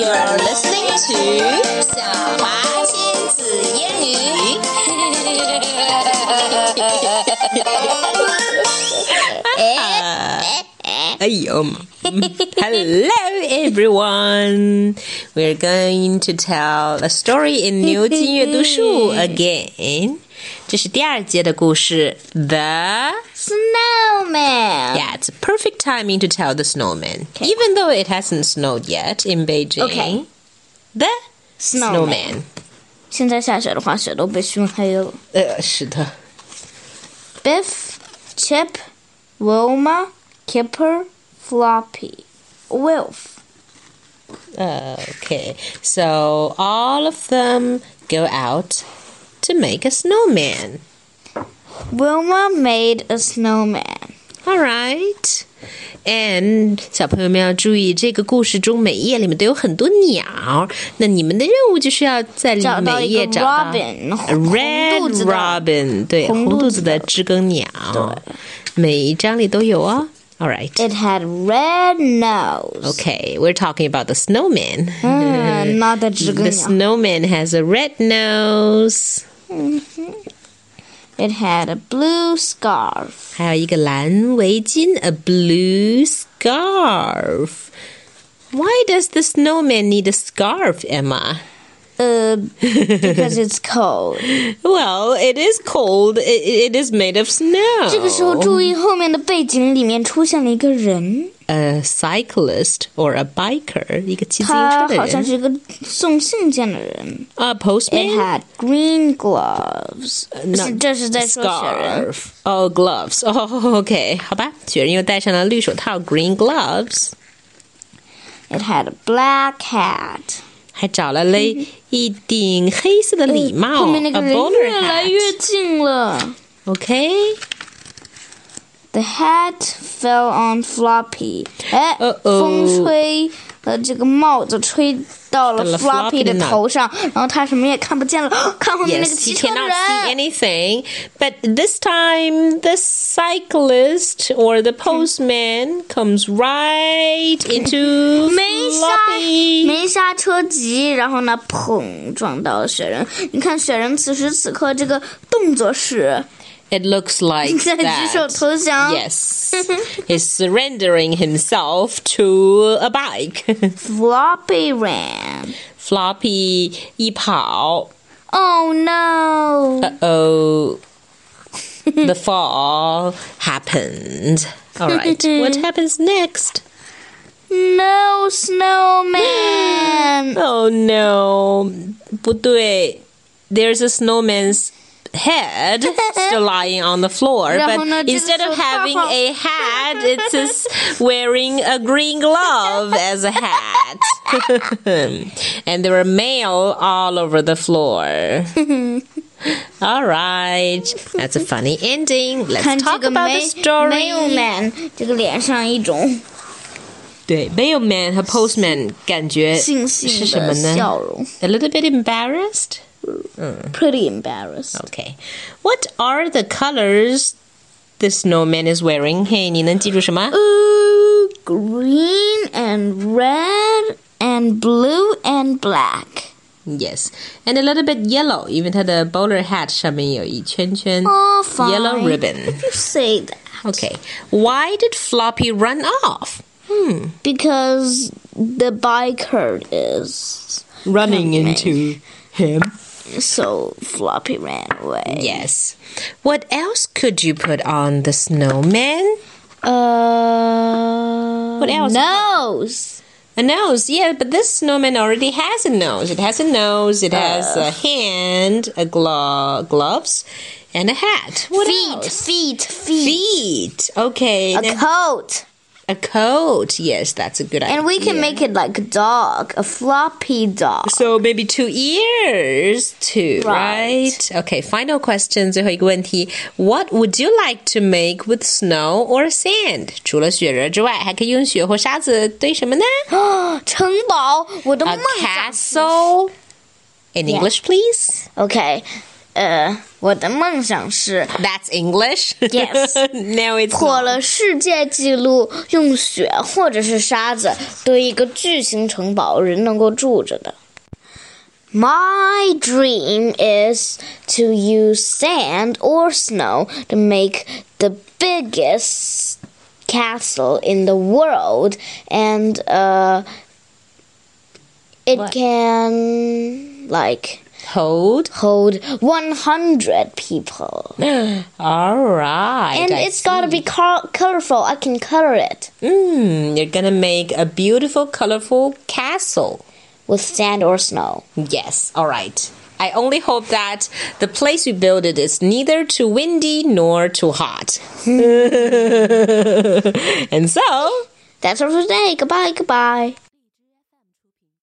You're listening to 小华亲子英 语。 Hey, um. Hello, everyone. We're going to tell a story in New 金阅读 树 again. 这是第二节的故事。The Snowman. yeah, it's perfect timing to tell the snowman, even though it hasn't snowed yet in Beijing. Okay. the Snowman. snowman. 现在下雪的话，雪都被熏黑了。呃，是的。 Biff, Chip, Wilma, Kipper, Floppy, Wilf. uh, Okay, so all of them go out to make a snowman. Wilma made a snowman. All right. And 小朋友们要注意，这个故事中每一页里面都有很多鸟。那你们的任务就是要在里找到每一一个页找到 robin， a 红肚 red 子的 robin，对，红红肚肚子子的知更鸟。每一章里都有哦。All right. It had red nose. Uh, Okay, we're talking about the snowman. 嗯，那的知更 The 鸟。 snowman has a red nose， It had a blue scarf. 还有一个蓝围巾，a blue scarf。Why does the snowman need a scarf, Emma? Uh, because it's cold. Well, it is cold. It, it is made of snow. 这个时候，注意后面的背景里面出现了一个人， A cyclist or a biker, 一个骑自行车的人。他好像是一个送信件的人。 A It Uh, postman? had green gloves. 那-这是在说雪人。 Scarf. Oh, gloves. Oh, okay. 好吧，雪人又戴上了绿手套 （green gloves）， It had a black hat. 还找了了一顶黑色的礼帽 （a bowler hat）。后面那个人越来越近了。 Okay. The hat fell on Floppy. 哎， Uh-oh. 风吹了这个帽子吹到了到了 Floppy Floppy 的的脑 头上，然后他什么也看不见了。看后面 Yes, he 那个骑车的 cannot see 人。 anything. But this time, the cyclist or Hmm. the postman comes right into 没刹 Floppy. 没刹车急，然后呢，砰撞到了雪人。你看雪人此时此刻这个动作是 It looks like 在举手 that. 投降。 Yes, he's surrendering himself to a bike. Floppy ran. Floppy 一跑 Oh no! Uh oh. the fall happened. All right. what happens next? No snowman! Oh no. 不对. There's a snowman's head still lying on the floor, 然后呢， but instead of 这个手套 having 好- a hat, it's just wearing a green glove as a hat. and there are mail all over the floor. All right, that's a funny ending. 看 Let's 这 talk 个 about the 没 story. 没有 man 这个脸上一种对，mailman 和 postman 感觉悻悻是什么的呢？笑容 A little bit embarrassed. ，pretty embarrassed. Okay. What are the colors the snowman is wearing? Hey, 你能记住什么 Ooh, green and red and blue and black. ？Yes. And a little bit yellow. 因为它的 bowler hat 上面有一圈圈 Oh, fine. yellow ribbon. If you say that. Okay. Why did Floppy run off? Hmm. Because the biker is. Running into him. So Floppy ran away. Yes. What else could you put on the snowman? Uh. What else? Nose. A nose, yeah, but this snowman already has a nose. It has a nose, it has a hand, a glo- gloves, and a hat. What feet, else? feet, feet. Feet. Okay. A then- coat. a coat. Yes, that's a good idea. And we can make it like a dog, a floppy dog. So maybe two ears too, Right. right? Okay, final question. 最后一个问题. What would you like to make with snow or sand? 除了雪人之外，还可以用雪或沙子堆什么呢？城堡，我的梦 A 想。 castle. In English, please. Okay. Uh, 呃，我的梦想是 That's English. Yes. no, it's 破 not. 了世界纪录，用雪或者是沙子堆一个巨型城堡，人能够住着的。My dream is to use sand or snow to make the biggest castle in the world, and uh, it What? can like Hold. hold 100 people. All right. And I it's gotta be col- colorful. I can color it Mm, you're gonna make a beautiful, colorful castle. with sand or snow. Yes, all right. I only hope that the place we build it is neither too windy nor too hot. and so, That's all for today. Goodbye, goodbye.